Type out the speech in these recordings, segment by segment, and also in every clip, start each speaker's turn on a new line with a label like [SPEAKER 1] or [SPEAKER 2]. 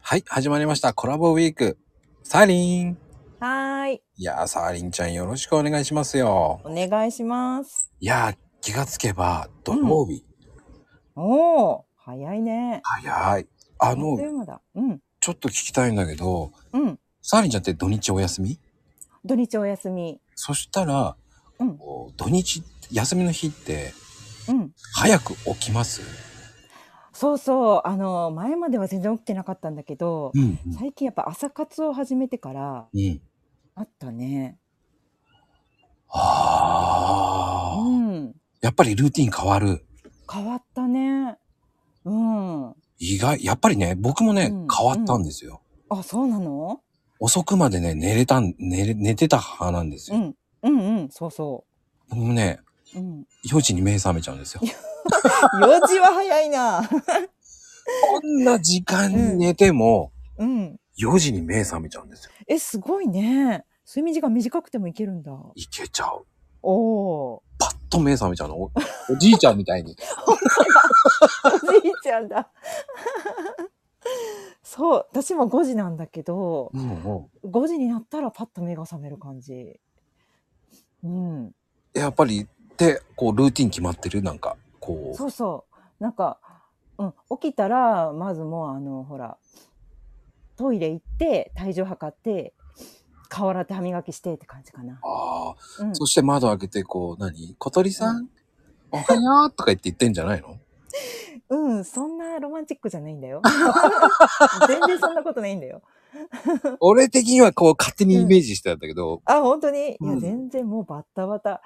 [SPEAKER 1] はい、始まりました。コラボウィーク。サーリン。
[SPEAKER 2] はーい。
[SPEAKER 1] いやー、サーリンちゃんよろしくお願いしますよ。
[SPEAKER 2] お願いします。
[SPEAKER 1] いやー、気がつけば土曜日。
[SPEAKER 2] おお、早いね。
[SPEAKER 1] 早い。あ
[SPEAKER 2] あっとい
[SPEAKER 1] の、
[SPEAKER 2] う間だ。うん。
[SPEAKER 1] ちょっと聞きたいんだけど、
[SPEAKER 2] うん。
[SPEAKER 1] サーリンちゃんって土日お休み
[SPEAKER 2] 土日お休み。
[SPEAKER 1] そしたら、
[SPEAKER 2] うん
[SPEAKER 1] こう土日、休みの日って、
[SPEAKER 2] うん。
[SPEAKER 1] 早く起きます
[SPEAKER 2] そうそう。あの、前までは全然起きてなかったんだけど、
[SPEAKER 1] うん。
[SPEAKER 2] 最近やっぱ朝活を始めてから、
[SPEAKER 1] うん。
[SPEAKER 2] あったね。
[SPEAKER 1] ああ、
[SPEAKER 2] うん。
[SPEAKER 1] やっぱりルーティン変わる。
[SPEAKER 2] 変わったね。うん。あ、
[SPEAKER 1] 意外、やっぱりね、僕もね、
[SPEAKER 2] うん
[SPEAKER 1] 変わったんですよ。
[SPEAKER 2] そうなの
[SPEAKER 1] 遅くまでね、寝れたん、寝れ、寝てた派なんです
[SPEAKER 2] う
[SPEAKER 1] よ。
[SPEAKER 2] ん。うんうん。そうそ
[SPEAKER 1] 僕もね、
[SPEAKER 2] う。うん。
[SPEAKER 1] 4時に目覚めちゃうんですよ。
[SPEAKER 2] 4時は早いな。
[SPEAKER 1] こんな時間に寝ても、
[SPEAKER 2] うん。
[SPEAKER 1] 4時に目覚めちゃうんですよ。
[SPEAKER 2] え、すごいね。睡眠時間短くてもいけるんだ。
[SPEAKER 1] いけちゃう。
[SPEAKER 2] おお。
[SPEAKER 1] パッと目覚めちゃうの。おおじいちゃんみたいに。
[SPEAKER 2] おじいちゃんだ。そう、私も5時なんだけど、
[SPEAKER 1] うんうん
[SPEAKER 2] 5時になったらパッと目が覚める感じ。うん、
[SPEAKER 1] やっぱり、で、こう、ルーティン決まってるなんか、こう。
[SPEAKER 2] そうそう。なんか、うん、起きたら、まずもうあの、ほら、トイレ行って、体重測って、顔洗って歯磨きしてって感じかな。
[SPEAKER 1] ああ。
[SPEAKER 2] うん、
[SPEAKER 1] そして窓開けて、こう、何小鳥さん、おはようとか言って言ってんじゃないの
[SPEAKER 2] うん、そんなロマンチックじゃないん だよ。全然そんなことないんだよ。
[SPEAKER 1] 俺的にはこう、勝手にイメージしてたんだけど、
[SPEAKER 2] あ、本当にい
[SPEAKER 1] うん
[SPEAKER 2] や、全然もうバッタバタ、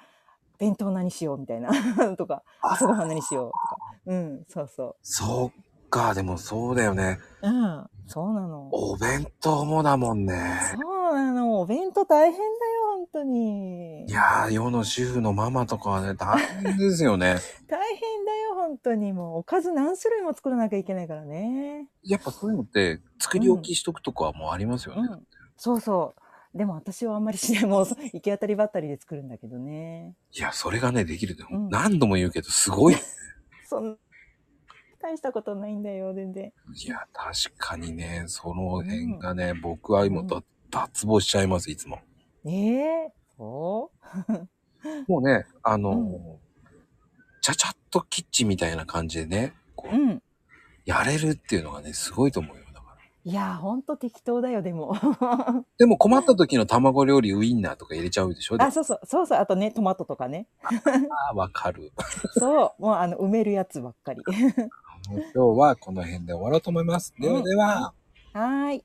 [SPEAKER 2] 弁当何しようみたいな、 とか、
[SPEAKER 1] あ
[SPEAKER 2] 朝ごはん何しようとか。うん、そうそ
[SPEAKER 1] そっか、でもそうだよね。
[SPEAKER 2] う。うん、そうなの。
[SPEAKER 1] お弁当もだもん
[SPEAKER 2] そ
[SPEAKER 1] ね。
[SPEAKER 2] うなの。お弁当大変だよ、本当に
[SPEAKER 1] い。やー、世の主婦のママとかはね、大変ですよね。
[SPEAKER 2] 大変だよ、本当に。もう、おかず何種類も作らなきゃいけないからね。
[SPEAKER 1] やっぱそういうのって、作り置きしとくとかはもうありますよね。
[SPEAKER 2] うん、そうそう。でも私はあんまりしない。 もう、行き当たりばったりで作るんだけどね。
[SPEAKER 1] いや、それがね、できるって、
[SPEAKER 2] うん
[SPEAKER 1] 何度も言うけど、すごい。
[SPEAKER 2] そん大したことないんだよ、全然。
[SPEAKER 1] いや、確かにね、その辺がね、僕は今だ、脱帽しちゃいます、いつも。
[SPEAKER 2] ええそう
[SPEAKER 1] もうね、あのー
[SPEAKER 2] う
[SPEAKER 1] ちゃちゃっとキッチンみたいな感じでね、こう、
[SPEAKER 2] うん。
[SPEAKER 1] やれるっていうのがね、すごいと思うよ。だから。
[SPEAKER 2] いやー、ほんと適当だよ、でも。
[SPEAKER 1] でも困った時の卵料理ウインナーとか入れちゃうでしょで
[SPEAKER 2] あ、そうそう、そうそう、あとね、トマトとかね。
[SPEAKER 1] あー、わかる。
[SPEAKER 2] そう、もうあの、埋めるやつばっかり。
[SPEAKER 1] もう今日はこの辺で終わろうと思います。ではでは。
[SPEAKER 2] はーい。